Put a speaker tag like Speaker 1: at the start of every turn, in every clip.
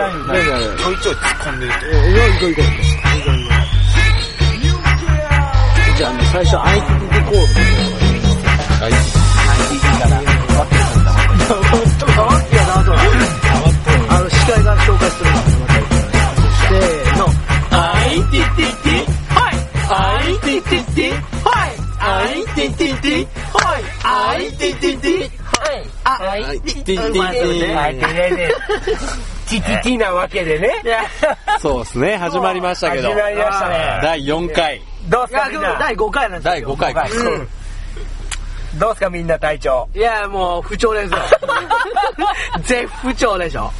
Speaker 1: うわ、行こう行こう行こう。行
Speaker 2: ちょいちょい突っ込んでる
Speaker 1: こう行こう。じゃあね、最初 IT でコールで
Speaker 2: あいつ
Speaker 1: 黙ってやなと。あの、司会が紹介するから、せーの。
Speaker 3: なわけでね。
Speaker 4: そうですね、始まりましたけど
Speaker 3: 始。まりましたね。
Speaker 4: 第4回、
Speaker 3: どうす
Speaker 1: いや、
Speaker 3: か
Speaker 1: で
Speaker 3: みん
Speaker 1: も
Speaker 3: な。
Speaker 1: 第5回なんです
Speaker 4: 第
Speaker 1: よ。
Speaker 4: 5回か。
Speaker 3: どうすかみんな隊長。
Speaker 1: いや、もう不調ですよ。 絶不調でしょ。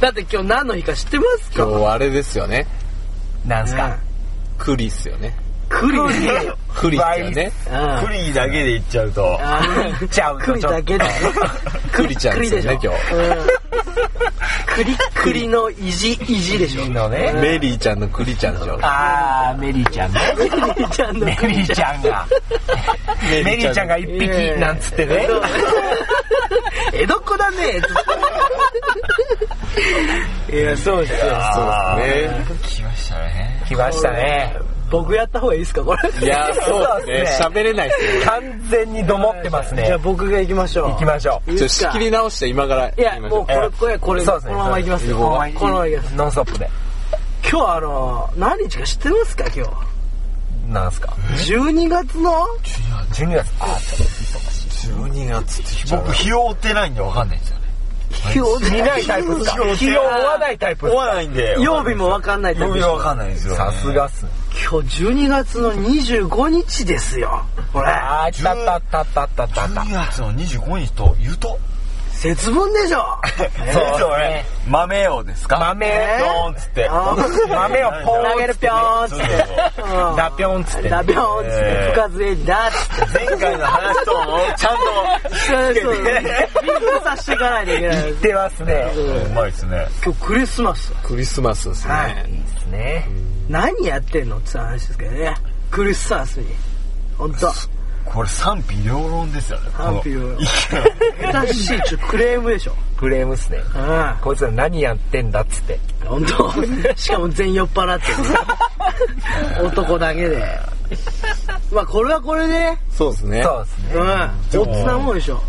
Speaker 1: だって今日何の日か知ってます
Speaker 4: 今
Speaker 1: か
Speaker 4: 日あれですよね。
Speaker 3: なんすか
Speaker 4: クリっすよね。
Speaker 1: クリ
Speaker 3: クリ
Speaker 1: ね。
Speaker 4: クリっすよね。
Speaker 1: うん
Speaker 2: クリーだけで言っちゃうと
Speaker 3: 食いちゃうと
Speaker 1: 栗 だけだよ
Speaker 4: クリちゃんですよね、今日。
Speaker 1: うんクリックリの意地、意地でしょ。
Speaker 3: のね。
Speaker 4: メリーちゃんのクリちゃんでしょ。
Speaker 3: あー、メリーちゃんね。
Speaker 1: 栗ちゃんの
Speaker 3: メリーちゃんが。メリーちゃんが一匹なんつってね。
Speaker 1: 江戸っ子だねつって。いや、そうですよ。
Speaker 4: そうですね。
Speaker 2: 来ましたね
Speaker 3: 来ましたね。
Speaker 1: 僕やった方がいいですか、これ。
Speaker 4: いや、そうですね。喋れないっすよ。
Speaker 3: 完全にどもってます
Speaker 1: じゃあ
Speaker 3: ね。
Speaker 1: 僕が行きましょう。
Speaker 3: 行きましょ
Speaker 1: いい
Speaker 4: ちょ、
Speaker 1: です
Speaker 4: 仕
Speaker 1: か
Speaker 4: 切り直して今から
Speaker 1: いや、
Speaker 4: 言いまし
Speaker 1: も
Speaker 4: ょ
Speaker 1: う
Speaker 4: う。
Speaker 1: これ、これ、これ、
Speaker 3: そうですね
Speaker 1: このまま行きますよ。
Speaker 3: う。
Speaker 1: このまま行きます。
Speaker 3: ノンストップで。
Speaker 1: 今日あの、何日か知ってますか、今
Speaker 3: なんすか
Speaker 1: 日。12月の
Speaker 3: 12月。あ、
Speaker 4: 12月って言っちゃう
Speaker 2: 僕日を追ってないんでわかんないんですよね
Speaker 1: 日を
Speaker 3: 見ないタイプっすか日を追わないタイプっす
Speaker 2: 追
Speaker 3: か
Speaker 2: わないんで
Speaker 1: 曜日もわかんないタイ
Speaker 2: 曜
Speaker 1: プで
Speaker 2: 日
Speaker 1: し
Speaker 2: は
Speaker 1: ょ
Speaker 2: わかんないんですよね
Speaker 3: さすがっすね。
Speaker 1: 今日12月の25日ですよ。これ。
Speaker 3: あー、たたたたたたた。
Speaker 2: 12月の25日と言うと
Speaker 1: 節分でしょ
Speaker 2: そうですよね豆をですか
Speaker 3: 豆
Speaker 2: ドーンっつって
Speaker 1: あー
Speaker 3: 豆をポーン
Speaker 1: 投げるぴょーんっつ
Speaker 2: そ
Speaker 1: っ
Speaker 2: う
Speaker 1: て
Speaker 2: そうそう
Speaker 1: うん
Speaker 3: ダピョンっつって。
Speaker 1: ダビョーンっつって、深杖だっつって。
Speaker 2: 前回の話ともちゃん
Speaker 1: そ
Speaker 2: と
Speaker 1: うそう。リンクさせていかないといけない
Speaker 3: 言っ。てますね。
Speaker 2: うまいですね
Speaker 1: 今日クリスマス。
Speaker 4: クリスマスです
Speaker 1: は
Speaker 4: ね。
Speaker 1: い。
Speaker 3: ですね。
Speaker 1: 何やってんのって話ですけどね。クリスマスに。ほんと。
Speaker 2: これ賛否両論ですよね
Speaker 1: 賛否両論
Speaker 2: この意
Speaker 1: 私しい、ちょっとクレームでしょ。
Speaker 3: クレームっすね。
Speaker 1: うん。
Speaker 3: こいつら何やってんだっつって。
Speaker 1: 本当しかも全員酔っ払って る男だけでまあこれはこれでね
Speaker 4: そうですね。
Speaker 3: そうですね。
Speaker 1: うんおつなもんでしょ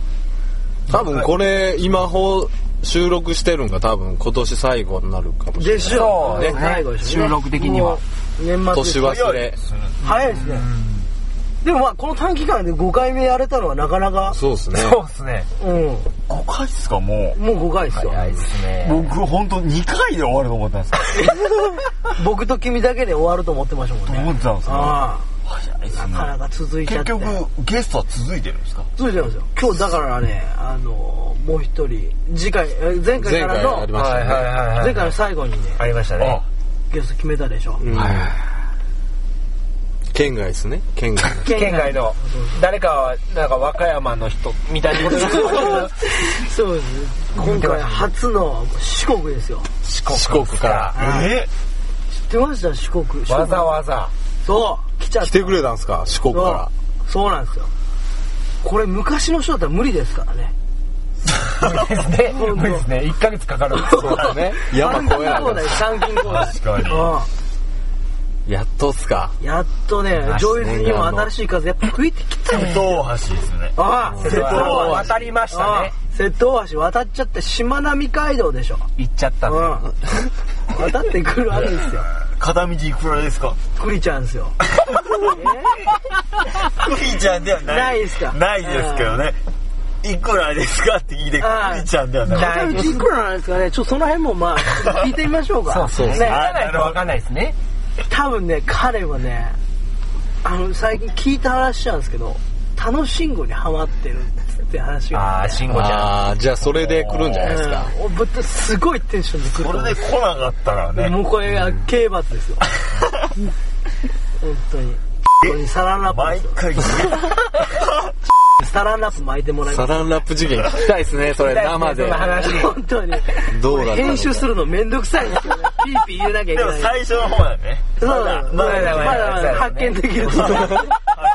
Speaker 4: 多分これ、今ほ収録してるんが多分今年最後になるかもしれ
Speaker 1: で
Speaker 4: ない。
Speaker 1: し
Speaker 3: そう
Speaker 1: ょ
Speaker 3: ね
Speaker 1: 最後でしょ
Speaker 3: 収録的には
Speaker 1: もう年末
Speaker 4: 年忘れ。
Speaker 1: 早いですねでもまあこの短期間で5回目やれたのはなかなか
Speaker 4: そうですね。
Speaker 3: そうですね。
Speaker 1: うんも
Speaker 2: 5回ですかも
Speaker 1: う5回ですよ
Speaker 3: 早いです
Speaker 2: う
Speaker 3: ね。
Speaker 2: 僕本当2回で終わると思ったんですよ
Speaker 1: 僕と君だけで終わると思ってましたもん
Speaker 2: と
Speaker 1: ね
Speaker 2: 思ってたんですよ
Speaker 1: あ
Speaker 2: 早いで
Speaker 1: あ
Speaker 2: す
Speaker 1: な
Speaker 2: ね
Speaker 1: かなか続いちゃ
Speaker 2: 結
Speaker 1: って
Speaker 2: 局ゲストは続いてるんですか
Speaker 1: 続いてますよ今日だからねあのもう一人次回え前回
Speaker 4: 前
Speaker 1: から
Speaker 4: 回あり
Speaker 1: の
Speaker 4: ましたね。
Speaker 3: はい
Speaker 1: 前回の最後にね
Speaker 3: ありましたね。
Speaker 1: ゲスト決めたでしょ
Speaker 4: うん県外ですね。県外。
Speaker 3: 県外の誰かはなんか和歌山の人みたいなことだ
Speaker 1: そうですね今回初の四国ですよ
Speaker 4: 四国から。
Speaker 2: え
Speaker 1: 知ってました四国四国
Speaker 3: わざわざ
Speaker 1: そう来ちゃっ
Speaker 4: 来
Speaker 1: た
Speaker 4: てくれたんですか四国か
Speaker 1: そうそうなんですよこれ昔の人だったら無理ですからね
Speaker 3: で無理ですね1ヶ月かかる
Speaker 4: そうだね山越えな
Speaker 1: 参勤交
Speaker 4: かっ
Speaker 1: 代参勤交代
Speaker 2: 確かに
Speaker 4: ら。やっとっすか。
Speaker 1: うんやっとね
Speaker 4: ましたね
Speaker 1: 上越にも新しい風やっぱ吹いてきた
Speaker 2: 瀬戸大橋ですね
Speaker 1: ああ
Speaker 3: 瀬
Speaker 1: 瀬
Speaker 3: 戸
Speaker 1: 戸
Speaker 3: 大橋
Speaker 1: 大
Speaker 3: 渡りまし
Speaker 1: 橋
Speaker 3: た
Speaker 1: あ
Speaker 3: ね
Speaker 1: あ瀬戸大橋渡っちゃってしまなみ海道でしょ
Speaker 3: 行っちゃった
Speaker 1: うん渡ってくるわけ ですよ
Speaker 2: 片道いくらですか
Speaker 1: 栗ちゃんですよ
Speaker 2: クリちゃんではない
Speaker 1: ないですか
Speaker 2: ないですけどねいくらですかって聞いてク
Speaker 1: うん
Speaker 2: リちゃんではない
Speaker 1: うちいくらなんですかねちょっとその辺も まあちょっと聞いてみましょうか
Speaker 3: そうですね
Speaker 1: ね
Speaker 3: 行かないと分かんないですね
Speaker 1: 多分ね彼はねあの最近聞いた話なんですけど楽しんごにハマってるって話が
Speaker 3: ああ慎吾ちゃん
Speaker 4: ああ、じゃあそれで来るんじゃないですか。
Speaker 1: うんおぶってすごいテンションで来ると
Speaker 2: こ
Speaker 1: 思う
Speaker 2: れで来なかったらね
Speaker 1: もうこれは刑罰ですよ本当に本当にサランラップで
Speaker 2: 毎
Speaker 1: すよ
Speaker 2: 回
Speaker 1: サランラップ巻いてもらい
Speaker 4: サ
Speaker 1: ます
Speaker 4: ランラップ事件聞きたいですね、それ生で
Speaker 3: そ。の話
Speaker 1: 本当に
Speaker 4: どうだったのか
Speaker 1: 編集するのめんどくさいんですよねピーピー入れなきゃい
Speaker 2: で
Speaker 1: け
Speaker 2: も
Speaker 1: ない
Speaker 2: 最初の方だ ね
Speaker 1: そうだまだまだまだ発見できると思う
Speaker 2: 発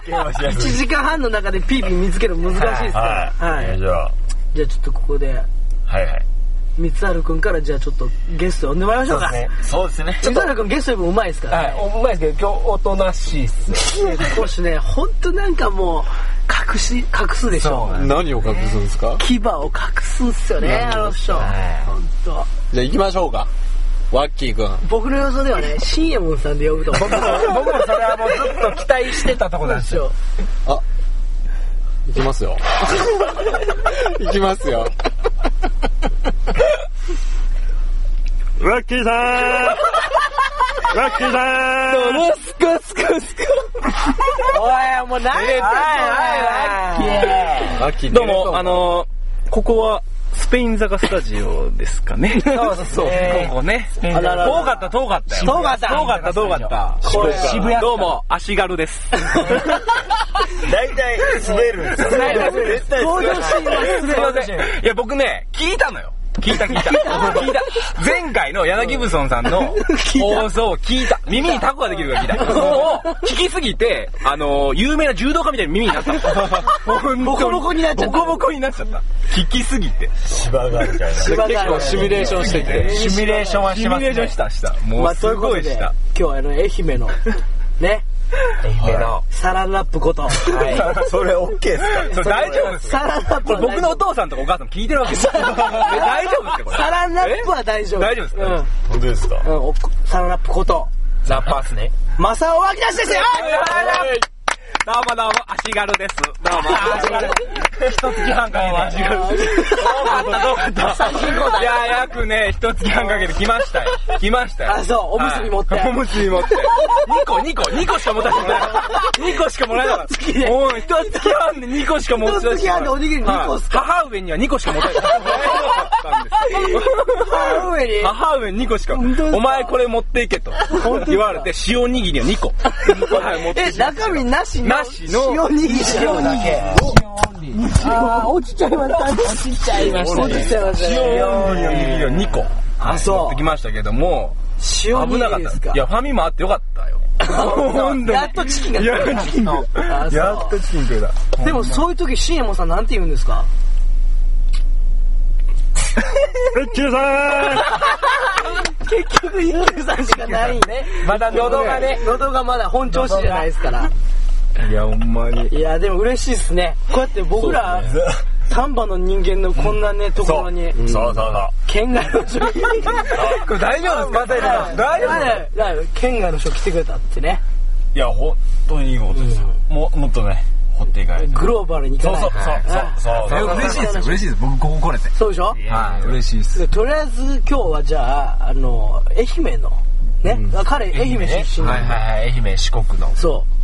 Speaker 2: 見はしや
Speaker 1: 1時間半の中でピーピー見つけるの難しいですか
Speaker 2: は
Speaker 1: ら。
Speaker 2: い
Speaker 1: はい。
Speaker 2: じゃあ
Speaker 1: じゃあちょっとここで、
Speaker 2: はいはい
Speaker 1: 三春くんからじゃあちょっとゲスト呼んでもらいましょうか。
Speaker 3: そうです
Speaker 2: そうですね。
Speaker 1: 三春くんゲスト呼ぶうまいですから、
Speaker 3: はい、おうまいですけど、今日おとなしいっすね。
Speaker 1: 少しね、ほんとなんかもう、隠し、隠すでしょ。
Speaker 4: 何を隠すんですか
Speaker 1: 牙を隠すんすよね、あの人。
Speaker 3: はい
Speaker 1: ほんと。
Speaker 4: じゃあ行きましょうか。ワッキーくん。
Speaker 1: 僕の予想ではね、新右衛門さんで呼ぶと思っ
Speaker 3: 僕も僕もそれはもうずっと期待してたとこ
Speaker 1: た
Speaker 3: なんんで
Speaker 1: で
Speaker 3: す
Speaker 1: す
Speaker 3: よ。
Speaker 1: よ。
Speaker 4: あ、行きますよ。 行きますよ。
Speaker 2: ラッキーさんラッキーさん
Speaker 3: もうすくすくすく。おい、もう何やってんの
Speaker 4: ワッキー
Speaker 5: どうも、あ、のー、ここは、スペイン坂スタジオですかね。
Speaker 3: そうそうそう。
Speaker 5: ここね。遠
Speaker 3: あらら
Speaker 5: かった、遠かったよ。
Speaker 3: 遠かった
Speaker 5: 遠かった、遠かった。
Speaker 4: これ
Speaker 3: 渋谷
Speaker 5: どうも、足軽です。
Speaker 2: 大体滑るんですよ。絶対滑
Speaker 1: 登場
Speaker 2: る。
Speaker 1: シーンは
Speaker 5: すいません。いや、僕ね、聞いたのよ。聞い た、聞いた。聞いた。前回の柳ブソンさんの放送を聞いた。耳にタコができるから聞いた。もう、聞きすぎて、あのー、有名な柔道家みたいに耳になった。ボ
Speaker 1: コボコになっちゃった
Speaker 5: ボコボコになっちゃった。聞きすぎて。
Speaker 2: 芝があるみたいな。
Speaker 4: 結構シミュレーションしてて。
Speaker 3: シミュレーションは
Speaker 5: シ
Speaker 3: し
Speaker 5: ミ
Speaker 3: ま
Speaker 5: ュ
Speaker 3: す
Speaker 5: レーション
Speaker 3: ね
Speaker 5: し。た、した。も
Speaker 1: ま
Speaker 5: う
Speaker 1: あ、とい
Speaker 5: す
Speaker 1: うこ
Speaker 5: ご
Speaker 1: と
Speaker 5: い
Speaker 1: で、
Speaker 5: し
Speaker 1: 今
Speaker 5: た。
Speaker 1: 日はあの、愛媛の、ね、
Speaker 3: 愛媛の。
Speaker 1: サランラップこと、
Speaker 2: それ OK ですか
Speaker 5: それ大丈夫です
Speaker 1: サランラップ
Speaker 5: こ
Speaker 1: は
Speaker 5: れ僕のお
Speaker 1: 大丈
Speaker 5: 父さんとかお母さんも聞いてるわけ ですよ。で大丈夫ですよ、
Speaker 1: 夫
Speaker 5: これ。
Speaker 1: サランラップは大丈夫。
Speaker 5: え大丈夫ですか
Speaker 2: 本当ですか
Speaker 1: うん。うん、おサランラップこと、
Speaker 3: ラッパーっすね。
Speaker 1: マサオ・ワキダシですよ
Speaker 5: どうもどうも、足軽です。どうも。足軽。
Speaker 3: 一月半かけて。
Speaker 5: どうかった、どうかった。いや、約ね、一月半かけて来ましたよ。来ましたよ。
Speaker 1: あそうおむすび持って
Speaker 5: はいおむすび持って。2個、2個、2個しか持たせてもらえなかった。2個しかもらえなかった。
Speaker 1: 一月で
Speaker 5: うん、一月半で2個しか持って
Speaker 1: 一月半でおにぎり二個っすか
Speaker 5: はい母上には2個しか持たせてもらえなかったんですよ。
Speaker 1: 母上に、
Speaker 5: 母上に2個しか、
Speaker 1: 本当ですか
Speaker 5: お前これ持っていけと
Speaker 1: 本当ですか
Speaker 5: 言われて、塩握りを2個。はい、持って
Speaker 1: え、中身なしの、
Speaker 5: なしの
Speaker 1: 塩にぎり塩だけ。あー、落ちちゃいました。落ちちゃいました。落ちちゃいました
Speaker 5: 塩
Speaker 1: ね。
Speaker 5: 握りを2個。
Speaker 1: あ、
Speaker 5: 持
Speaker 1: そ
Speaker 5: ってきましたけども、
Speaker 1: う。塩に
Speaker 5: 危
Speaker 1: ぎ
Speaker 5: なか
Speaker 1: り
Speaker 5: っ
Speaker 1: です
Speaker 5: た。
Speaker 1: か
Speaker 5: いや、ファミマあってよかったよ。本当に
Speaker 1: やっとチキンが
Speaker 5: やっとチキン食え
Speaker 1: あそう
Speaker 5: た。やっとチキン食えた。
Speaker 1: でもそういう時、シエモンさんなんて言うんですか
Speaker 2: ラッキーさ
Speaker 1: 結局、ユーさんしかないね。
Speaker 3: まだ喉がね。
Speaker 1: 喉がまだ本調子じゃないですから。
Speaker 5: いや、ほんまに。
Speaker 1: いや、でも嬉しいですね。こうやって僕ら、丹波の人間のこんなね、ところに、
Speaker 2: んそうそうそう。
Speaker 1: 県外の人
Speaker 5: これ大丈夫ですか大丈夫大丈夫です
Speaker 1: だから県外の人来てくれたってね
Speaker 2: いや、本当にいいことですよ。ももっとね、掘っていかないと。
Speaker 1: グローバルに行
Speaker 2: そ
Speaker 1: か
Speaker 2: う
Speaker 1: ない
Speaker 2: そうそうそう
Speaker 5: え
Speaker 2: そう。
Speaker 5: 嬉しいですよ、嬉しいです。僕、ここ来れて。
Speaker 1: そうでしょ
Speaker 5: はい、嬉しいです。
Speaker 1: でとりあえず今日はじゃああの愛媛のね、彼愛媛出身
Speaker 3: は
Speaker 1: ないんで、
Speaker 3: はいはい、愛媛四国の。
Speaker 1: そう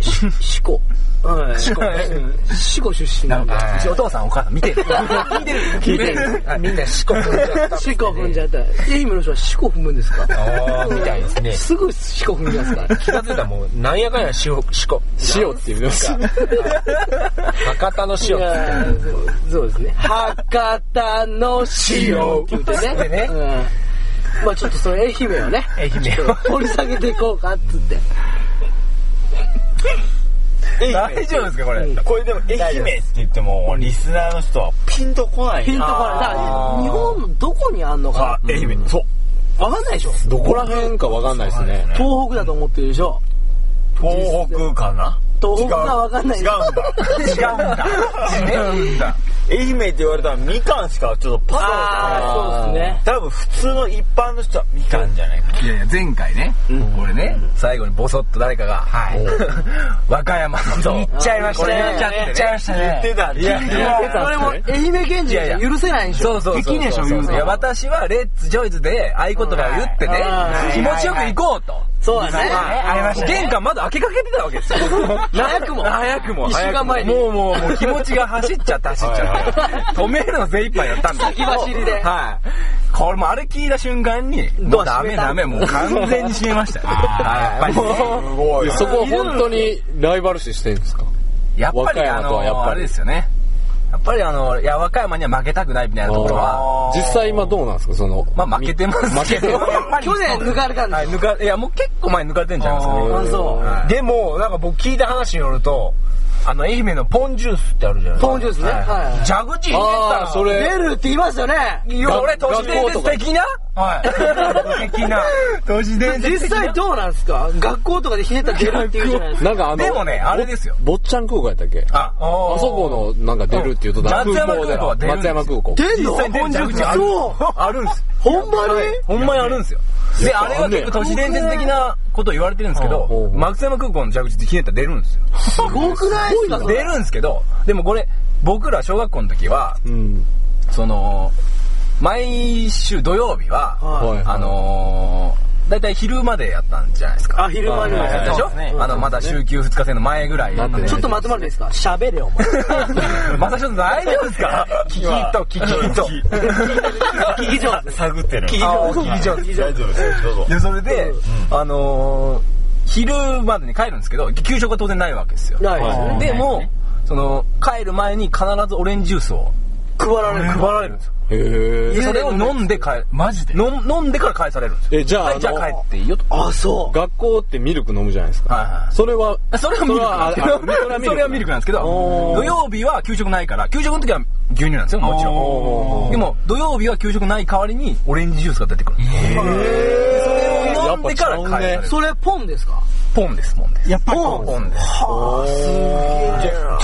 Speaker 1: し四股はい四股四股出身なんで
Speaker 3: うちお父さんお母さん見 てる。
Speaker 1: 聞いてる聞いてる
Speaker 3: はいみんな四国の人だった
Speaker 1: 四股踏んじゃった愛媛の人は四股踏むんですか
Speaker 3: あーみたいですね。
Speaker 1: すぐ四股踏みますから
Speaker 3: 気がついたらもう、なんやかんや四国、四国。
Speaker 4: 塩って言うんですか
Speaker 3: 博多の
Speaker 1: い
Speaker 3: 塩っ
Speaker 1: やーそうですね。 博多の塩って言ってね。
Speaker 3: でね
Speaker 1: うんまあちょっとその愛媛をね、
Speaker 3: 愛媛を
Speaker 1: ちょっと掘り下げていこうかっつ って。
Speaker 5: 大丈夫ですか、これ。
Speaker 1: うん
Speaker 2: これでも愛媛って言っても、リスナーの人はピンとこない。
Speaker 1: ピンとこない。だから日本のどこにあんの
Speaker 2: あ
Speaker 1: か、
Speaker 2: 愛媛。そう。
Speaker 1: わかんないでしょ
Speaker 4: どこら辺かわかんないですね。
Speaker 1: 東北だと思ってるでしょ
Speaker 2: 東北かな
Speaker 1: 東北がわかんない
Speaker 2: 違う
Speaker 1: で
Speaker 2: ん
Speaker 1: し
Speaker 3: て。違う
Speaker 1: ょ
Speaker 2: だ。
Speaker 3: んだ。
Speaker 5: 違うんだ。
Speaker 2: 愛媛って言われたらみかんしかちょっとパッと
Speaker 1: ああ、そうですね。
Speaker 2: 多分普通の一般の人はみかんじゃないか
Speaker 5: いやいや、前回ね、これね、最後にボソッと誰かが、はい。和歌山のと。
Speaker 3: 言っちゃいましたね。言っちゃいましたね。
Speaker 2: 言ってたね
Speaker 3: いやいや
Speaker 1: それも愛媛県人じゃ許せないんでし
Speaker 5: そう
Speaker 1: ょ
Speaker 5: そうそうそう。
Speaker 3: できねえでしょ言うの
Speaker 5: いや、私はレッツジョイズで合言葉を言ってね
Speaker 1: はい、
Speaker 5: 気持ちよく行こうと。
Speaker 1: そうだね。
Speaker 3: はいありましたね
Speaker 5: 玄関まだ開けかけてたわけですよ。
Speaker 1: 早くも
Speaker 5: 早くも。
Speaker 1: 一週間前に
Speaker 5: 早くももうもうもう気持ちが走っちゃって走っちゃって。止めるの精一杯やったんだけど
Speaker 1: 先走りで
Speaker 5: はい。これもあれ聞いた瞬間に、もうダメダメ、もう完全に閉めましたよ。はいやっぱりね。
Speaker 2: すご
Speaker 4: いやそこ本当にライバル視してるんですか
Speaker 5: やっぱり
Speaker 4: 和歌
Speaker 5: あ
Speaker 4: 山とはやっぱ
Speaker 5: の、
Speaker 4: り
Speaker 5: あれですよね。やっぱりあの、いや、和歌山には負けたくないみたいなところは、
Speaker 4: 実際今どうなんですかその。
Speaker 5: まあ負けてますけど。やっぱり
Speaker 1: 去年抜かれたんで
Speaker 5: は
Speaker 1: し
Speaker 5: い、
Speaker 1: ょ
Speaker 5: 抜か、いや、もう結構前に抜かれてんじゃないですかね。
Speaker 1: あそう
Speaker 5: はい
Speaker 3: でも、なんか僕聞いた話によると、
Speaker 5: あの、愛媛のポンジュースってあるじゃないですか。
Speaker 1: ポンジュースね。
Speaker 5: はい
Speaker 1: はい。
Speaker 5: 蛇口入れた
Speaker 4: あ
Speaker 5: ら、
Speaker 4: ーそれ
Speaker 1: 出るって言いますよね。
Speaker 5: いや、俺、都市伝
Speaker 4: 学校と
Speaker 5: 説
Speaker 4: か
Speaker 5: 的なはい。的な。都市伝
Speaker 1: 実際どうなんですか学校とかでひねったら出るって言うじゃないですか。
Speaker 4: なんかあの、
Speaker 5: でもねあれですよ
Speaker 4: ぼっちゃん空港やったっけ
Speaker 5: あ、
Speaker 4: あそこの、なんか出るって言うとった
Speaker 5: 松山空港は出るんです
Speaker 4: 松山空港。
Speaker 1: 出んの
Speaker 5: 実際
Speaker 1: ポンジュース
Speaker 5: ある
Speaker 1: そう
Speaker 5: あるんです。
Speaker 1: ほんまに
Speaker 5: ほんまにあるんですよ。で、あれは結構都市伝説的なこと言われてるんですけ
Speaker 4: ほうほう
Speaker 5: ど
Speaker 4: ほ、う
Speaker 5: 松山空港の蛇口ってひねったら出るんですよ。
Speaker 1: すごくないですかそ
Speaker 5: 出
Speaker 1: れ
Speaker 5: るんですけど、でもこれ、僕ら小学校の時は、
Speaker 4: うん。
Speaker 5: その、毎週土曜日は、
Speaker 1: はい
Speaker 4: はい
Speaker 5: あのー、だいたい昼までやったんじゃないですか。
Speaker 1: あ、昼間に。
Speaker 5: やったでしょ、
Speaker 3: そうですね
Speaker 5: あの、まだ週休2日制の前ぐらい。
Speaker 4: なってね
Speaker 1: ちょっとまとまるんですか喋れよ、お前。
Speaker 5: まさしょ大丈夫ですか聞きと、 聞きと。
Speaker 1: 聞き上手。
Speaker 3: 探ってる。
Speaker 5: あー聞き上手。
Speaker 3: 大丈夫ですよ。どうぞ。
Speaker 5: で、それで、あのー、昼までに帰るんですけど、給食は当然ないわけですよ。
Speaker 1: ないですね。
Speaker 5: で
Speaker 3: ない
Speaker 5: も
Speaker 3: ね、
Speaker 5: その、帰る前に必ずオレンジジュースを
Speaker 1: 配られる。
Speaker 5: 配られるんですよ。
Speaker 4: へ
Speaker 5: で
Speaker 4: え。
Speaker 5: それを飲んで帰る。マジで飲んでから返されるんですよ。
Speaker 4: え、じゃあ、
Speaker 5: はい、じゃあ
Speaker 4: あ
Speaker 5: 帰
Speaker 4: の
Speaker 5: っていいよと。
Speaker 1: あ、そ
Speaker 4: 学校ってミルク飲むじゃないです
Speaker 5: はいはいは
Speaker 4: か
Speaker 5: い。
Speaker 4: それは、
Speaker 5: それはミルクなんですけど、
Speaker 4: それはあ
Speaker 5: それはミルクなんですけど、
Speaker 4: おー
Speaker 5: 土曜日は給食ないから、給食の時は牛乳なんですよ、もちろ
Speaker 4: おー
Speaker 5: ん。でも、土曜日は給食ない代わりに、オレンジジュースが出てくる。でそれを飲んでから帰
Speaker 4: やっぱちゃ
Speaker 5: る
Speaker 4: う
Speaker 1: う。。それ、ポンですか
Speaker 5: ポンです、ポンです。
Speaker 3: やっぱり
Speaker 5: ポンポンです。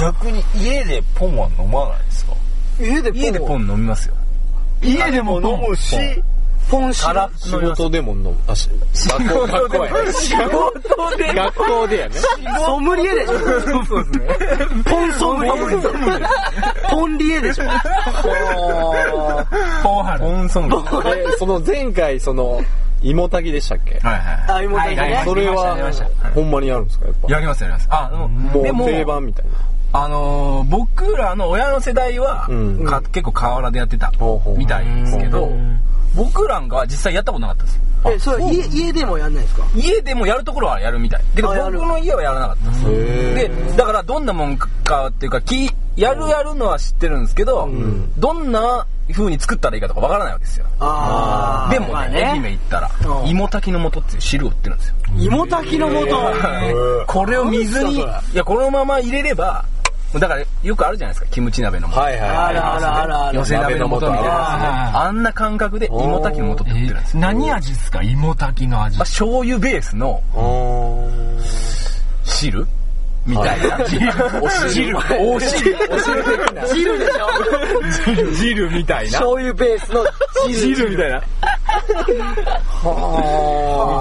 Speaker 3: 逆に家でポンは飲まないですか
Speaker 1: 家でポンを。
Speaker 5: 家でポン飲みますよ。
Speaker 3: 家でも飲むし、
Speaker 1: ポンし
Speaker 5: カラ
Speaker 4: 仕
Speaker 5: ッと飲みます
Speaker 4: 事でも飲む。あ、し学校、学校やね。
Speaker 5: 仕事 で。
Speaker 4: 学校でや ね。
Speaker 1: ソムリエでしょ
Speaker 5: そうですね。
Speaker 1: ポンソムリエでしょポンリエでしょ
Speaker 5: ポンハル。ポンソング。はい
Speaker 4: え、その前回、その、芋炊きでしたっけ
Speaker 5: は
Speaker 1: あ、妹
Speaker 5: い。
Speaker 1: ね。
Speaker 4: それは
Speaker 5: やりましたやりました
Speaker 4: ほんまにやるんですかやっぱ。
Speaker 5: やりますやります。あ、
Speaker 4: も
Speaker 5: でも、
Speaker 4: う定番みたいな。
Speaker 5: あのー僕らの親の世代は、
Speaker 4: うん
Speaker 5: か結構河原でやってた
Speaker 4: ほうほう
Speaker 5: みたいですけど、
Speaker 4: う
Speaker 5: 僕らが実際やったことなかったです。
Speaker 1: え、それ、家、家でもやんないですか
Speaker 5: 家でもやるところはやるみたい。けど
Speaker 1: あや
Speaker 5: 僕
Speaker 1: る
Speaker 5: の家はやらなかった
Speaker 4: へ
Speaker 5: で
Speaker 4: ー
Speaker 5: す。で、だからどんなもんかっていうか、きやるやるのは知ってるんですけど、
Speaker 4: ん
Speaker 5: どんな風に作ったらいいかとかわからないわけですよ。
Speaker 1: あー
Speaker 5: でもね、
Speaker 1: まあ
Speaker 5: 愛媛行ったら
Speaker 1: う、ん
Speaker 5: 芋炊きの素っていう汁を売ってるんですよ。
Speaker 1: 芋炊きの素。
Speaker 5: はいこれを水
Speaker 1: 何
Speaker 5: に、い
Speaker 1: ですかそ
Speaker 5: や、このまま入れれば、だからよくあるじゃないですか、キムチ鍋の素。
Speaker 4: はいはい
Speaker 1: あ
Speaker 4: はい。
Speaker 1: らあらあらあ
Speaker 5: 寄
Speaker 1: ら。
Speaker 5: せ鍋の元みたいなやつねあんな感覚で芋炊きの元って売ってるんですよ、
Speaker 6: 何味ですか芋炊きの味
Speaker 5: まあ、。醤油ベースの
Speaker 4: お
Speaker 5: 汁みたいなお汁 お汁お汁的な
Speaker 1: 汁でしょ
Speaker 5: 汁 汁みたいな
Speaker 1: 醤油ベースの
Speaker 5: 汁みたいなみ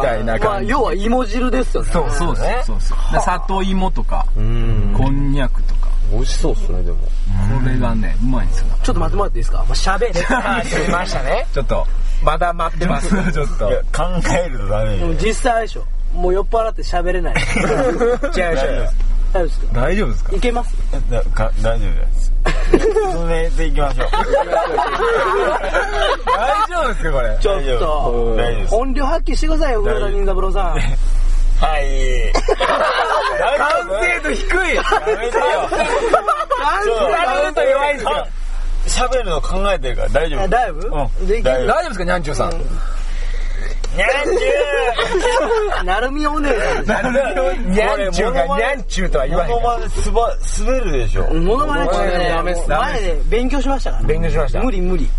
Speaker 5: たい
Speaker 1: ま
Speaker 5: な
Speaker 1: あ、
Speaker 5: 感じ、
Speaker 1: 要は芋汁ですよね。
Speaker 5: そうそうそうそうそうで里芋とか
Speaker 4: うん。
Speaker 5: こんにゃくとか
Speaker 4: 美味しそうっすね、でも。
Speaker 5: これがねうまいんですよ
Speaker 1: ちょっと待ってもらっていいですかもう喋れ。
Speaker 5: 出ました ねちょっとまだ待ってます ちょっと
Speaker 3: いや考えるとダメ
Speaker 1: でも
Speaker 3: よ。
Speaker 1: 実際あれでしょ。もう酔っ払って喋れ ない。
Speaker 5: 違う違う
Speaker 1: 大丈夫ですか
Speaker 5: 大丈夫ですか
Speaker 1: いけます
Speaker 3: だか大丈夫です。進めていきましょう。
Speaker 5: 大丈夫ですかこれ
Speaker 1: ちょっ
Speaker 3: 大
Speaker 1: と。
Speaker 3: 丈夫です。
Speaker 1: 音量発揮してくださいよ、古田任三郎さん。
Speaker 3: はい。
Speaker 5: 完成度低い
Speaker 3: やめてよ。
Speaker 1: 完
Speaker 5: 成度弱いんですよ
Speaker 3: すよ。喋るの考えてるから大丈夫。
Speaker 1: だいぶでき
Speaker 3: 大丈
Speaker 5: 大丈夫ですかにゃんちゅうさん
Speaker 3: にゃんちゅ
Speaker 1: なるみお姉さんです。
Speaker 5: なんでにゃんちゅうがにゃんちゅうとは言
Speaker 3: う
Speaker 5: わへん
Speaker 3: こ
Speaker 5: から
Speaker 3: まですば、滑るでしょ。
Speaker 1: モノマネってね、
Speaker 5: ダメっす
Speaker 1: もう
Speaker 5: ダメっ
Speaker 1: 前
Speaker 5: す
Speaker 1: で勉強しましたから。
Speaker 5: 勉強しました
Speaker 1: 無理無理。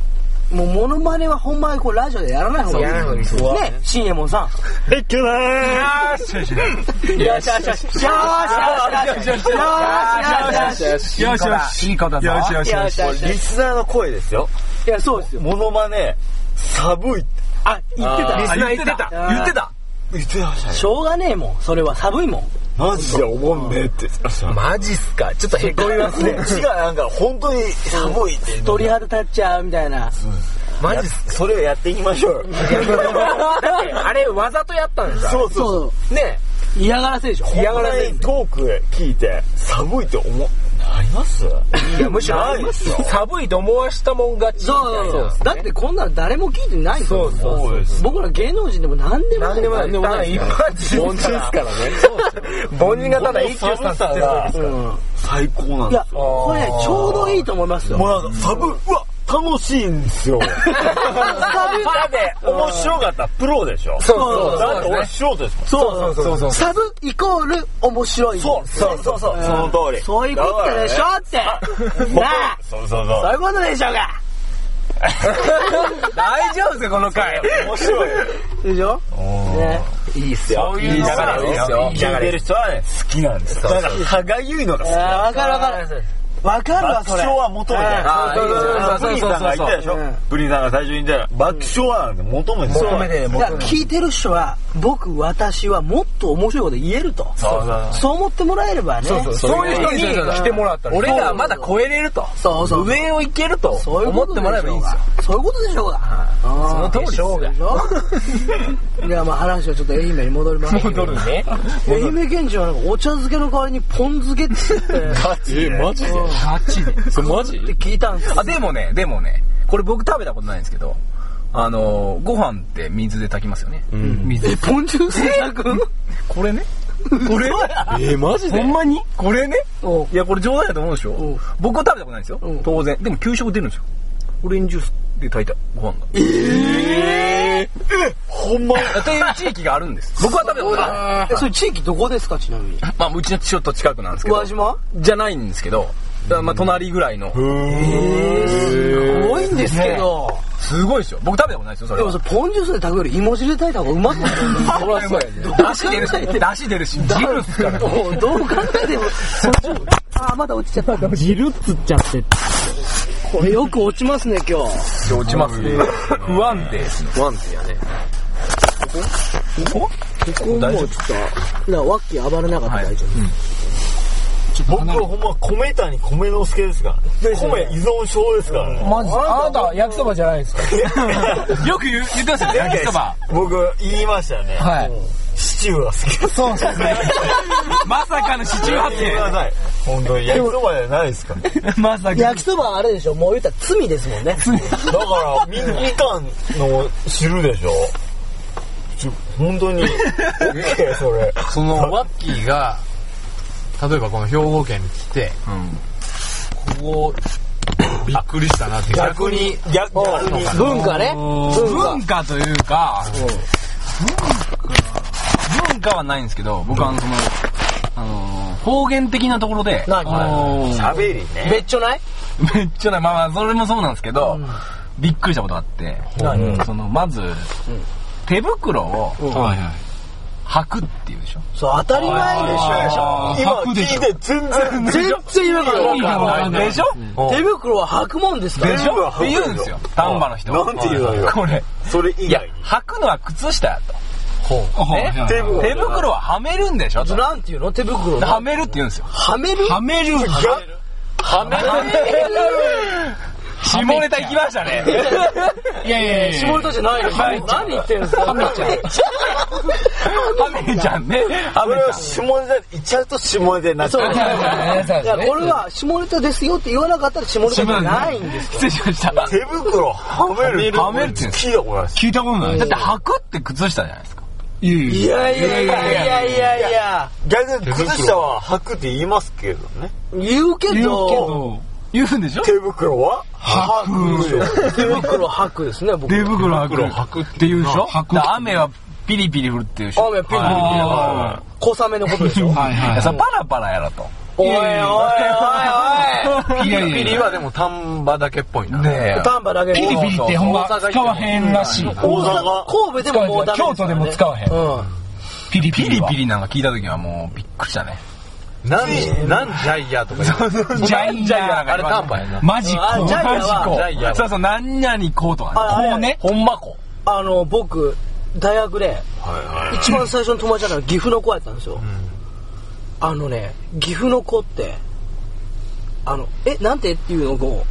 Speaker 1: もうモノマネはほんまにこうラジオでやらない方がいい。
Speaker 5: そうやらない方がいいです
Speaker 1: ね、しんえもんさ
Speaker 2: いっけなー
Speaker 1: ん。よしよしよし。よしよしよし。よしよしよし。よしよしよし。
Speaker 5: よしよしいい子だぞよしよ
Speaker 1: よし
Speaker 3: こ
Speaker 1: よ
Speaker 3: れ
Speaker 1: し
Speaker 3: リスナーの声ですよ。
Speaker 1: いや、そうですよ。
Speaker 3: モノマネ、寒いって
Speaker 1: あ、言ってた。
Speaker 5: 言ってた言ってた
Speaker 3: 言ってましたね。
Speaker 1: しょうがねえもん。それは寒いもん。
Speaker 3: マジでおもんねえって言ってました。
Speaker 5: マジっすかちょっとへこみます
Speaker 3: こっちがなんか本当に寒いって。
Speaker 1: 鳥肌立っちゃうみたいな。
Speaker 5: マ
Speaker 3: や
Speaker 5: ジっす
Speaker 3: それをやっていきましょうよ。
Speaker 5: だって あれわざとやったんですよ
Speaker 3: そうそうそう。
Speaker 5: ね
Speaker 1: 嫌がらせでしょ。
Speaker 3: 嫌がらせにトーク聞いて、寒いって思う。ありますいや、むしろありますよ。
Speaker 5: 寒いと思わしたもん勝ち
Speaker 1: そうそうそう。だってこんなの誰も聞いてないですもん
Speaker 3: そうです。
Speaker 1: 僕ら芸能人でも何でもない
Speaker 5: 何でもない
Speaker 4: でもない
Speaker 5: 一般人
Speaker 4: 凡人っすからね。
Speaker 5: 凡人がただ一
Speaker 3: この
Speaker 5: 挙
Speaker 3: 寒さ
Speaker 5: させてる
Speaker 3: が
Speaker 1: うん
Speaker 3: 最高なん
Speaker 1: い
Speaker 3: で
Speaker 1: や、これね、ちょうどいいと思います
Speaker 3: す。も
Speaker 1: よ。
Speaker 3: うなんか寒い、うわ、
Speaker 2: 楽しいんですよ。
Speaker 5: だって、
Speaker 2: 面白かった。プロでしょ。
Speaker 5: そうそう
Speaker 2: だって
Speaker 5: そう
Speaker 2: 俺素人ですもん。
Speaker 5: そうそうそう。
Speaker 1: サブイコール面白い。
Speaker 2: そうそうそうそう。その通り。
Speaker 1: そういうことでしょって。 なあ、
Speaker 2: そうそう
Speaker 1: そう
Speaker 2: そ
Speaker 1: いうことでしょうが。
Speaker 5: 大丈夫ですか、この回。
Speaker 2: う。面白い。
Speaker 1: でしょね。
Speaker 3: いいっすよ。
Speaker 5: そういうのがいいですよ。
Speaker 2: 聞いてる人はね、好きなんですよ。だから歯がゆいのが好き。
Speaker 1: あーわかるわかる。わかるわ、
Speaker 2: 爆
Speaker 1: それ。
Speaker 2: 笑は求めてない。
Speaker 5: あーいいですよ
Speaker 2: ブリンさんが言ったでしょ
Speaker 1: うん
Speaker 2: ブリンさんが最初に言った爆笑はなんて求めてない。
Speaker 3: 求めてね、
Speaker 1: じ
Speaker 3: 僕
Speaker 1: ゃあ聞いてる人は、僕、私はもっと面白いこと言えると。
Speaker 2: そうそう
Speaker 1: そう思ってもらえればね。そうそう
Speaker 5: そういう人に来てもらったら、俺らはまだ超えれると。
Speaker 1: そうそう
Speaker 5: 上を行けると
Speaker 1: そういう
Speaker 5: 思
Speaker 1: こ
Speaker 5: っ
Speaker 1: と
Speaker 5: て
Speaker 1: で
Speaker 5: もらえばいいんですよ。
Speaker 1: しょうがそういうことでしょうが。そ
Speaker 5: の通りですよ
Speaker 1: いや、まあ話はちょっと愛媛に戻りますけど。
Speaker 5: ね。
Speaker 1: 愛媛県人はなんかお茶漬けの代わりにポン漬けって言って
Speaker 4: え、マジで
Speaker 6: ガチで。
Speaker 4: それマジ
Speaker 1: って聞いたんですよ。
Speaker 5: あ、でもね、でもね、これ僕食べたことないんですけど、あのー、ご飯って水で炊きますよね。水で。
Speaker 1: ポンジュース
Speaker 5: これね。これ
Speaker 4: え、マジで
Speaker 5: ほんまにこれね。
Speaker 1: お
Speaker 5: いや、これ冗談だと思うでし
Speaker 1: うん
Speaker 5: ょ僕は食べたことないんですよ
Speaker 1: うん。
Speaker 5: 当然。でも給食出るんですよ。オレンジジュースで炊いたご飯が。えほんまという地域があるんです。 僕は食べたことない。
Speaker 1: えそれ地域どこですかちなみに。
Speaker 5: まあ、うちのちょっと近くなんですけ
Speaker 1: 宇和
Speaker 5: ど。
Speaker 1: 島
Speaker 5: じゃないんですけど、だからまあ、隣ぐらいの。
Speaker 1: すごいんですけど。
Speaker 5: すごいですよ。僕食べたことないですよ、それ
Speaker 1: で
Speaker 5: は
Speaker 1: も。それポンジュースで炊くより芋汁で炊いた方がうまくない
Speaker 5: そらそうや出汁出るし、出汁出るし、ジムっすから。
Speaker 1: もうどう考えても、あー、まだ落ちちゃった。ジルっつっちゃって。これよく落ちますね、今日。
Speaker 5: 落ちますね。不安定ですね。
Speaker 4: ワンティやね。
Speaker 1: ここもうちょっと、なワッキー暴れなかったら大丈夫。
Speaker 2: 僕はほんま米谷に米之助ですからね。米依存症ですからね。
Speaker 3: マジで。あなた、焼きそばじゃないですか。
Speaker 5: よく言う言ってましたね、焼きそば。
Speaker 2: 僕言いましたよね。
Speaker 3: はい。
Speaker 2: シチューが好きです。
Speaker 3: そうですね。
Speaker 5: まさかの市中発
Speaker 2: 言 ってくだ
Speaker 5: 言。
Speaker 2: さい。本当に焼きそばじゃないですから。
Speaker 3: まさか。
Speaker 1: 焼きそばはあれでしょもう言ったら罪ですもんね。
Speaker 2: だからみ、みかんの汁でしょちょ本当に、オッケー、それ。
Speaker 4: そのワッキーが、例えばこの兵庫県に来て、ここ、びっくりしたなって。
Speaker 2: 逆に、逆に、
Speaker 1: 文化ね。
Speaker 5: 文化というか、文化、文化はないんですけど、僕はあの、その、あのー、方言的なところで、
Speaker 1: 何
Speaker 5: あのー
Speaker 2: 喋りね。
Speaker 1: 別所ない
Speaker 5: めっちゃね、まあまあ、それもそうなんですけど、びっくりしたことあって、その、まず、手袋を
Speaker 4: はいはい。
Speaker 5: 履くっていうでしょ。
Speaker 1: そう、当たり前でし
Speaker 5: あー
Speaker 2: 今聞いて全然、全
Speaker 1: ょ。全然違うか
Speaker 5: でしょ
Speaker 1: ら。手袋は履くもんですから。
Speaker 5: でしょって言うんですよ。丹波の人。
Speaker 2: なんて言うのよ
Speaker 5: これ。
Speaker 2: それ以
Speaker 5: いや
Speaker 2: 外に、。
Speaker 5: 履くのは靴下やと。ね
Speaker 2: 手袋
Speaker 5: 手袋ははめるんでしょと
Speaker 1: なんていうの手袋の。
Speaker 5: はめるって言うんですよ。
Speaker 1: はめる
Speaker 5: める
Speaker 2: はめ
Speaker 5: 下ネタ行きましたね。
Speaker 3: いやいやいや。
Speaker 1: 絞りとじゃないの何言ってんすかはめちゃん。
Speaker 5: はめちゃんね。は
Speaker 2: それ
Speaker 5: め
Speaker 2: は
Speaker 5: ち
Speaker 2: 下ネタ、ちゃうと下ネタになっち
Speaker 1: そう。い
Speaker 2: ゃう。
Speaker 1: や、これは下ネタですよって言わなかったら下ネタじゃないんです
Speaker 5: ゃん。失礼しました。だ
Speaker 2: 手袋はめる。
Speaker 5: はめるって言うんです
Speaker 2: 聞いたことないです。
Speaker 3: 聞いたことない。
Speaker 5: って履くって靴下じゃないですか。
Speaker 3: いやい
Speaker 1: いやいやいやいやいやいや、
Speaker 2: 逆に靴下は履くって言いますけどね。
Speaker 1: 言うけど、
Speaker 5: 言うんでしょ
Speaker 2: 手袋は履く。
Speaker 1: 手袋履くですね、僕。
Speaker 3: 手袋履く。
Speaker 5: って言うでしょ
Speaker 3: 履く
Speaker 5: だから雨はピリピリ降るって言うでしょ
Speaker 1: 雨ピリピリ
Speaker 5: はい
Speaker 1: は小雨のことでしょ。
Speaker 3: はい
Speaker 5: い
Speaker 3: は
Speaker 5: や
Speaker 3: い。
Speaker 5: それパラパラやろと。
Speaker 1: おいおいおいお
Speaker 3: いやいやいや。
Speaker 4: はでも丹波だけっぽいな。
Speaker 5: ね
Speaker 1: い。丹波だけ
Speaker 3: ピリピリってほんま
Speaker 1: 大阪
Speaker 3: 使わへんらしい。
Speaker 1: 大阪、神戸でももうダメ
Speaker 3: 京都でも使わへん。
Speaker 1: うん。
Speaker 3: ピリピ
Speaker 5: ピ
Speaker 3: リ
Speaker 5: リ
Speaker 3: は。
Speaker 5: ピリなんか聞いた時はもうびっくりしたね。
Speaker 4: なん、なんじゃいやとか言う。
Speaker 3: ジャイン
Speaker 5: ジ
Speaker 3: ジ
Speaker 5: ャイア
Speaker 3: ャ
Speaker 5: ン
Speaker 3: イ
Speaker 5: が
Speaker 4: あれ丹波やな。
Speaker 3: マジコ。
Speaker 1: あ
Speaker 3: マ
Speaker 1: ジ
Speaker 3: ジ
Speaker 1: ャイアンは
Speaker 3: コ
Speaker 4: ジ。ャイアン
Speaker 5: そうそう、何々こうとか
Speaker 1: あ
Speaker 5: ね。
Speaker 1: れ
Speaker 5: こうね。
Speaker 4: ほんまこ。
Speaker 1: あの、僕、大学で、一番最初の友達だから岐阜の子やったんですよ。あのね、岐阜の子って、あの、え、なんてっていうのを、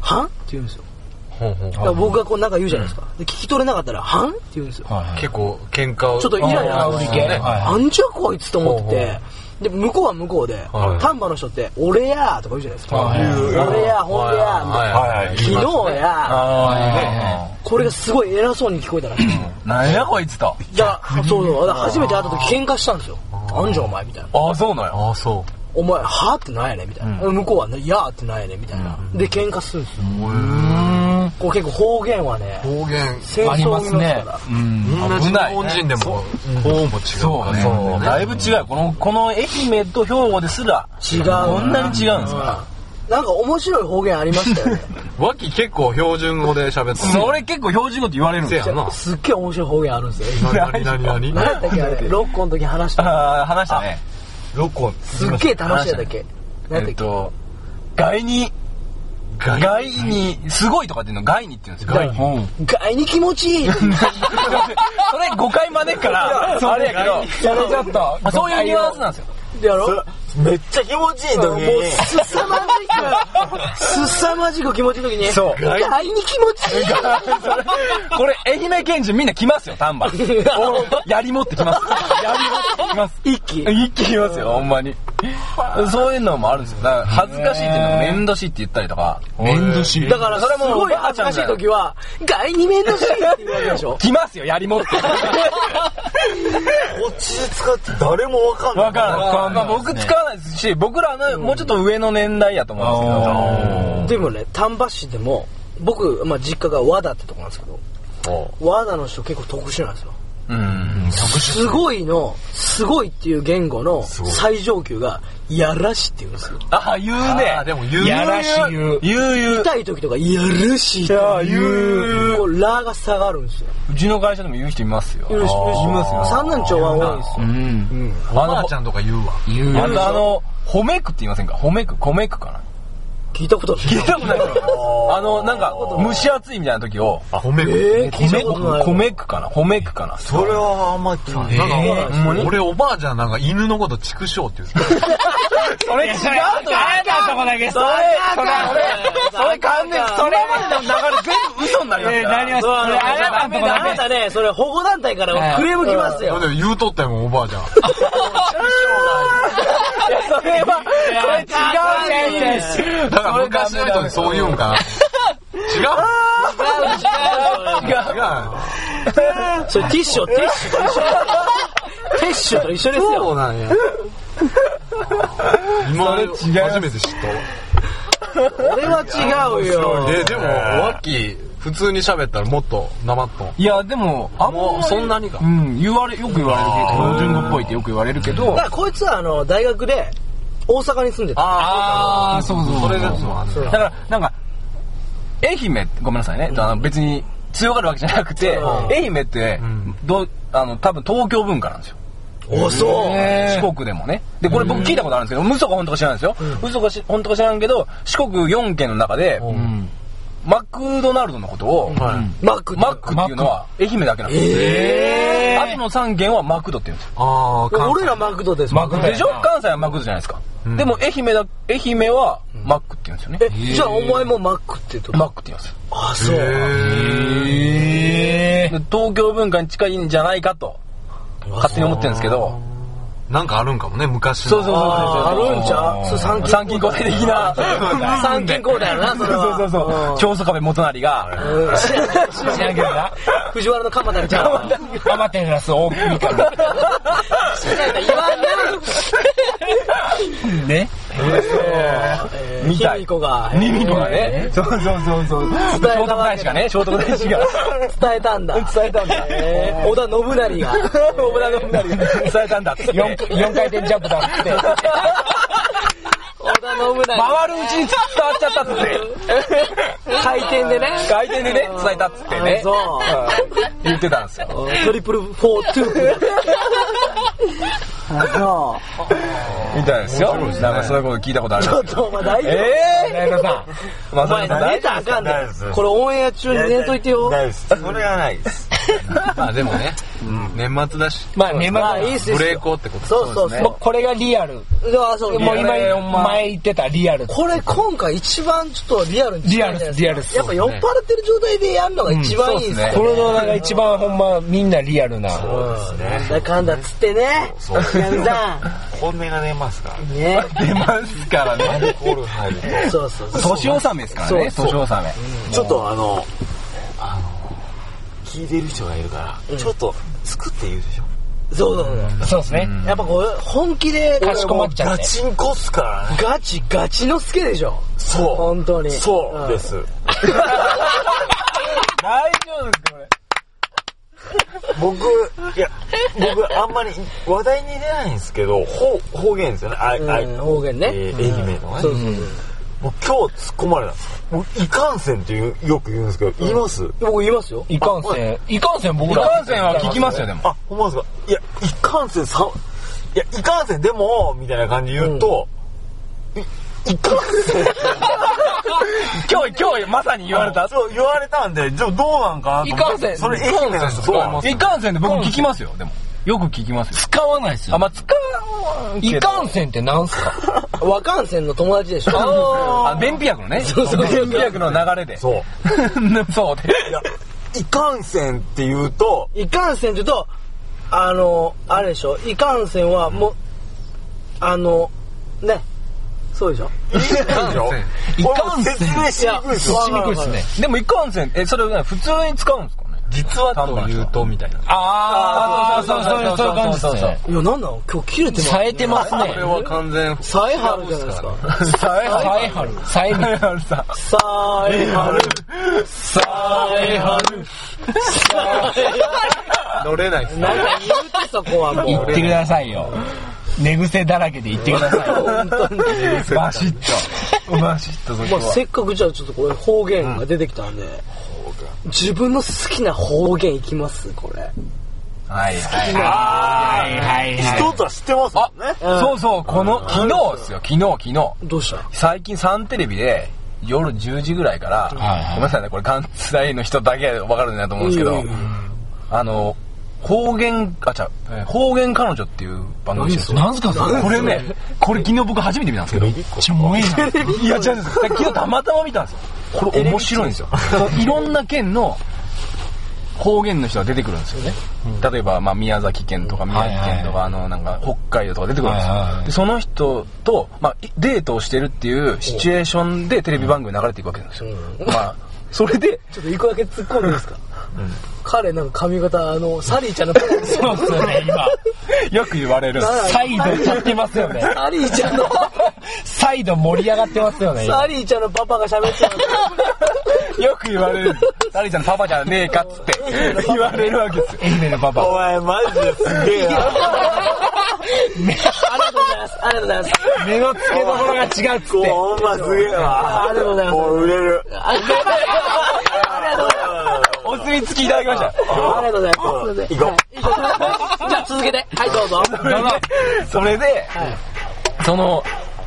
Speaker 1: はんって言うんですよ。
Speaker 4: ほんほん
Speaker 1: だから僕がこうなんか言うじゃないですか。で、聞き取れなかったら、はんって言うんですよ。
Speaker 4: 結構喧嘩を。
Speaker 1: ちょっとイライラ
Speaker 4: あー
Speaker 1: し
Speaker 4: そう
Speaker 1: て、
Speaker 4: ね
Speaker 1: なんじゃこいつと思って
Speaker 4: ほう
Speaker 1: て、で、向こうは向こうで、
Speaker 4: はい
Speaker 1: 丹波の人って、俺やーとか言うじゃないですか。俺や、ほんでやー、みたいな。
Speaker 4: はいはい。
Speaker 1: 昨日や
Speaker 5: あ
Speaker 1: ー、これがすごい偉そうに聞こえたらしい。
Speaker 5: ーなんやこいつと。
Speaker 1: じゃあ、そうそう、だから初めて会った時喧嘩したんですよ。なんじゃお前みたいな。
Speaker 5: ああ、そうなんや。
Speaker 4: ああ、そう。
Speaker 1: お前、はってなんやねんみたいな。向こうはね、やーってなんやねんみたいな。で、喧嘩するんですよ。こう結構方言はね、
Speaker 4: 方言
Speaker 1: 戦
Speaker 7: あり
Speaker 1: 争
Speaker 7: ま
Speaker 1: に
Speaker 7: す
Speaker 1: な
Speaker 7: ね
Speaker 1: るから。。
Speaker 7: うん。
Speaker 4: 同じ
Speaker 5: 危
Speaker 4: 日
Speaker 5: ない
Speaker 4: 本人でも方も違う
Speaker 5: そう
Speaker 4: から
Speaker 5: ね。そう。だいぶ違う。この、この愛媛と兵庫ですら、
Speaker 1: 違う。
Speaker 5: こんなに違うんですか
Speaker 1: うんなんか面白い方言ありましたよね。
Speaker 4: 脇結構標準語で喋って
Speaker 5: それ結構標準語って言われるん
Speaker 4: せ
Speaker 5: です
Speaker 4: や
Speaker 5: よ。
Speaker 4: な
Speaker 1: すっげえ面白い方言あるんですよ。
Speaker 4: 何何何
Speaker 1: 何やったっけあれ、ロッコの時話した。
Speaker 5: ああ、話したね。
Speaker 4: ロコ
Speaker 1: すっげえ楽しいやったっけ何やった
Speaker 5: え
Speaker 1: っ
Speaker 5: っ
Speaker 1: け
Speaker 5: と、外に、
Speaker 4: 外
Speaker 5: 外に、すごいとかっていうの外にって言うんですよ。
Speaker 4: 外に
Speaker 5: うん。
Speaker 1: 外に気持ちいい
Speaker 5: それ誤解招くから、そうあれやけど、
Speaker 7: それちょっと
Speaker 5: まあ、そういうニュアンスなんですよ。
Speaker 1: やろ
Speaker 2: それめっちゃ気持ちいい
Speaker 1: も
Speaker 2: 時
Speaker 1: う
Speaker 2: に、
Speaker 1: すさまじく、すさまじく気持ちいい時に、
Speaker 5: そう
Speaker 1: 外に気持ちいい
Speaker 5: これ、愛媛県人みんな来ますよ、丹波。やり持ってきます。やり持ってきます。
Speaker 1: 一気。
Speaker 5: 一気に来ますよ、ほんまに。そういうのもあるんですよ。だから、恥ずかしいっていうのも、めんどしいって言ったりとか。
Speaker 4: めんどしい
Speaker 1: だから、
Speaker 5: それはもう
Speaker 1: すごい恥ずかしい時は、外に面倒しいって言うわけでしょ。
Speaker 5: 来ますよ、やり持って。
Speaker 2: こっちで使って誰もわかんない。
Speaker 5: わからない。まあ、僕使わないですし、僕らの、もうちょっと上の年代やと思うんですけど。
Speaker 1: でもね、丹波市でも、僕、まあ実家が和田ってとこなんですけど、和田の人結構特殊なんですよ。
Speaker 5: うん。
Speaker 1: すごいの、すごいっていう言語の最上級が、やらしって言うんですよ。
Speaker 5: あ、言うね。
Speaker 4: あーでも言う
Speaker 5: やらしい言う。言う言う。
Speaker 1: 痛い時とか、やらしいって
Speaker 5: いう
Speaker 1: こう、ラーが下がるんですよ。
Speaker 5: うちの会社でも言う人いますよ。
Speaker 1: よろしくお願いしますよ。三男長は多いんですよ。
Speaker 7: うん。
Speaker 4: おばあちゃんとか言うわ
Speaker 7: 言う
Speaker 5: あとあの、褒めくって言いませんか褒めく、褒めくかな。
Speaker 1: 聞いたことない。
Speaker 5: 聞いたことないから。あの、なんか、蒸し暑いみたいな時を、
Speaker 4: あ褒める
Speaker 1: えー、聞いた
Speaker 5: 米
Speaker 1: ことないわ。
Speaker 5: 米くかな褒めくかな
Speaker 2: それはあんま聞かない。
Speaker 4: なんか
Speaker 1: えー
Speaker 4: うん俺おばあちゃんなんか犬のこと畜生って言う
Speaker 5: それ違うとあなたのとこだけそれ、それ、それ完全に、それまでの流れ全部嘘になりますから。なりま
Speaker 1: そうあのあなたね、あなたね、それ保護団体からクレーム来ますよ。
Speaker 4: でも言うとったよおばあちゃん
Speaker 5: それは、それ違うね。
Speaker 4: だから昔の人にそう言うんかな違う違う
Speaker 1: それティッシュ、ティッシュと一緒です。ティッシュと一緒ですよ。
Speaker 4: なんや今初めて知ったわ
Speaker 1: 俺は違うよ。
Speaker 4: えーでもワッキー普通に喋ったらもっとなまっとん
Speaker 5: いや、でも、あんまり
Speaker 4: そんなにか
Speaker 5: うん、言われ、よく言われる。標準語っぽいってよく言われるけど
Speaker 1: だか、らこいつはあの、大学で大阪に住んでた。
Speaker 5: ああ、そうそう。
Speaker 4: それがそうあんねん
Speaker 5: だから、なんか、愛媛、ごめんなさいね。あの別に強がるわけじゃなくて、愛媛って、どうあの、多分東京文化なんですよ。
Speaker 1: お、そう。
Speaker 5: 四国でもね。で、これ僕聞いたことあるんですけど、嘘か本当か知らないですよ。嘘かし本当か知らんけど、四国4県の中で、マクドナルドのことを、
Speaker 1: マック。
Speaker 5: マックっていうのは愛媛だけなんですよ。
Speaker 1: え
Speaker 5: あとの3県はマクドって言うんですよ。
Speaker 4: あー
Speaker 1: ー。
Speaker 4: 関
Speaker 1: 俺らマクドですもんね。
Speaker 5: でしょ関西はマクドじゃないですか。でも愛媛だ、愛媛はマックって言うんですよね。
Speaker 1: え、じゃあお前もマックって言うと
Speaker 5: マックって言うんですよ。
Speaker 1: あ、そう。
Speaker 5: で東京文化に近いんじゃないかと勝手に思ってるんですけど
Speaker 4: なんかあるんかもね昔の
Speaker 5: そうそうそう
Speaker 1: あ
Speaker 5: そう
Speaker 1: るんちゃうそれ参勤
Speaker 5: 参勤交代的な
Speaker 1: 参勤交代やな、それは。
Speaker 5: そうそうそう長宗我部元成が
Speaker 1: うん知らん
Speaker 7: 知らんけどな。
Speaker 1: 藤原の鎌田ちゃうわ。
Speaker 7: 頑張ってるラス大きいか
Speaker 1: 言わん
Speaker 7: ら。ね。
Speaker 1: な。
Speaker 5: みたい
Speaker 1: 卑弥呼が。
Speaker 5: ミミコがねそうそうそうそう聖
Speaker 1: 伝えたわけだ
Speaker 5: 徳太子がね聖徳太子が
Speaker 1: 伝えたんだ。
Speaker 5: 伝えたんだ
Speaker 1: えー織田信成が。
Speaker 5: 信長信成が伝えたんだっつって
Speaker 7: 四四回転ジャンプだって。
Speaker 1: 織田信成。
Speaker 5: 回るうちに伝わっちゃったっつって
Speaker 1: 回転でね。
Speaker 5: 回転でね伝えたっつって ね
Speaker 1: あそ
Speaker 5: うん言ってたんですよ
Speaker 1: トリプルフォートゥープ。あ
Speaker 5: みたいですよなんかそういうこと聞いたことあるんですけど
Speaker 1: そう。お前大丈
Speaker 5: え
Speaker 7: 大悟さ
Speaker 5: えま
Speaker 1: 夫お前
Speaker 5: 大
Speaker 1: 出たらあかんで。これオンエア中に寝んといてよ。
Speaker 2: ないです。それがないです。
Speaker 4: まあでもね年末だし
Speaker 7: ん。まあ、年末
Speaker 1: まあいいっすよ
Speaker 4: ブ。レーコってこと
Speaker 1: そうそう
Speaker 7: もう
Speaker 1: そ
Speaker 7: これがリアル。
Speaker 1: う。であそう
Speaker 7: もう今、
Speaker 5: いや
Speaker 7: 前言ってたリアル。
Speaker 1: これ今回一番ちょっとリアルに近いんじゃない
Speaker 7: リアルっす
Speaker 1: やっぱ酔っ払ってる状態でやるのが一番いいんすよ
Speaker 5: うん
Speaker 7: これのなんか一番ほんまみんなリアルな。
Speaker 1: うん なんだかんだっつってね。
Speaker 2: そうそう
Speaker 1: 皆さ
Speaker 2: 本音が出ますから。
Speaker 1: ん。ね。
Speaker 5: 出ますから
Speaker 2: ア
Speaker 5: ね。
Speaker 2: ルコール入ると。
Speaker 1: そうそうそう。
Speaker 5: 年納めですからね、年納め。
Speaker 2: ちょっとあの、あの、聞いてる人がいるから、ちょっと、つくって言うでしょ。
Speaker 1: そうそうそう
Speaker 8: そうですね。
Speaker 1: やっぱこう本気で
Speaker 8: かしこまっちゃ
Speaker 2: ガ
Speaker 8: って。
Speaker 2: チンコっすからね。
Speaker 1: ガチガチの助でしょ
Speaker 2: そう。
Speaker 1: 本当に
Speaker 2: そうで
Speaker 1: ん
Speaker 2: す。
Speaker 5: 大丈夫ですかこれ。
Speaker 2: 僕、いや、僕あんまり話題に出ないんですけど、方方言ですよね。あ
Speaker 1: うん
Speaker 2: あ
Speaker 1: 方言ね
Speaker 2: えー愛媛のね。
Speaker 1: そうそうそう
Speaker 2: もう今日突っ込まれたんですよ僕、いかんせんって言うよく言うんですけど、言います
Speaker 1: 僕言いますよ
Speaker 8: いかんせん。いかんせん僕
Speaker 5: 未
Speaker 8: ら。
Speaker 5: 完成は聞きますよ、でも。
Speaker 2: あ、ほんまですかいや、いかんせんさ、いや、いかんせんでも、みたいな感じで言うと、いいかんせん
Speaker 5: 今日、今日、まさに言われた。
Speaker 2: そう言われたんで、じゃあどうなんかなと思
Speaker 8: いかん
Speaker 2: って
Speaker 8: せん
Speaker 2: それ愛媛の人どうなんです
Speaker 5: いかんせんで僕聞きますよ、でも。よく聞きますよ。
Speaker 8: 使わないです
Speaker 5: あ、
Speaker 8: よ。
Speaker 5: まあ、使うけど。
Speaker 8: いかんせんってなんすか
Speaker 1: 和感染の友達でしょ
Speaker 5: あ、便秘薬のね。そう
Speaker 1: そう
Speaker 5: 便秘薬の流れで。
Speaker 2: そう。
Speaker 5: そうで。
Speaker 2: いや、いかんせんって言うと、
Speaker 1: いかんせんって言うとあのあれでしょいかんせんはもうあのねそうでしょ
Speaker 2: いかんせん。いかんせん。説明しにくいですよ。
Speaker 8: しにくいっすね。
Speaker 5: でもいかんせん、え、それはね普通に使うんですかね
Speaker 4: 実はというと、みたいな。
Speaker 5: あー、そうそうそういう感じですね。
Speaker 1: いやなんなの今日切れてます
Speaker 8: 冴えてますね
Speaker 4: これは完全、
Speaker 1: さえはるじゃないですか
Speaker 8: さえはる。さえみ。
Speaker 5: あのさ、
Speaker 1: さえはる
Speaker 4: 乗れないですね。
Speaker 1: なんか言うてそこはも
Speaker 8: 言
Speaker 1: う
Speaker 8: ってくださいよ。寝癖だらけで言ってくださいよ。
Speaker 5: バシッと。バシッとそ
Speaker 1: ま
Speaker 5: こ
Speaker 1: あ、
Speaker 5: は。
Speaker 1: せっかくじゃあちょっとこれ方言が出てきたんで、自分の好きな方言いきますこれ、
Speaker 5: はいはい。
Speaker 8: はいはいはい。
Speaker 2: 人とは知ってますもんね。
Speaker 5: そうそう、この、昨日ですよ、昨日昨日。
Speaker 1: どうした
Speaker 5: 最近サンテレビで、夜10時ぐらいから、
Speaker 8: はい
Speaker 5: ごめんなさいね、これ関西の人だけわかるんだと思うんですけ
Speaker 1: い
Speaker 5: ど
Speaker 1: やいやい、
Speaker 5: あの、方言、あ、ちゃう、方言彼女っていう番組ですよ。
Speaker 8: なんすかそれ。
Speaker 5: これね、これ昨日僕初めて見たんですけど、
Speaker 8: めっちゃ萌えな。
Speaker 5: いや、違うんですよ。昨日たまたま見たんですよ。これ面白いんですよ。いろんな県の方言の人が出てくるんですよね。例えば、まあ、宮崎県とか宮城県とか、あの、なんか、北海道とか出てくるんです
Speaker 8: はいはいは
Speaker 5: よ
Speaker 8: い。
Speaker 5: で、その人と、まあ、デートをしてるっていうシチュエーションでテレビ番組流れていくわけなんですよ。まあ、それで、
Speaker 1: ちょっと一個だけ突っ込んでいいですか、彼なんか髪型あのサリーちゃんのポーズ
Speaker 8: そうっすよね、今。
Speaker 5: よく言われるんです
Speaker 8: サイド立ってますよね。
Speaker 1: サリーちゃんの
Speaker 8: サイド盛り上がってますよね。今
Speaker 1: サリーちゃんのパパが喋っちゃ
Speaker 5: よく言われるんです。サリーちゃんのパパじゃねえかっつって言われるわけですよ。
Speaker 8: 愛媛のパパ。
Speaker 2: お前マジですげえな。
Speaker 1: うありがとうございます
Speaker 8: 目の付けどころが違うっつって。
Speaker 2: ほんますげえわ。
Speaker 1: ありがとうございます
Speaker 2: もう売れる。
Speaker 1: ありがとうございま す
Speaker 5: お墨付きいただきました。
Speaker 1: ありがとうございますありがとうございますすいません
Speaker 2: 行こう。
Speaker 1: じゃあ続けてはいどうぞ
Speaker 5: それで、その、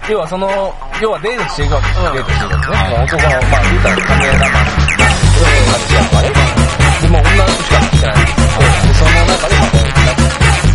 Speaker 5: 要はその、要はデートしていくわけですよ。デートしていくわけですね。まあ男の、まあ言うたらカメラマンが、まあ、付き合うとかね。で、もう女の人しか付き合ってない。で、その中で、まあ、こうなんか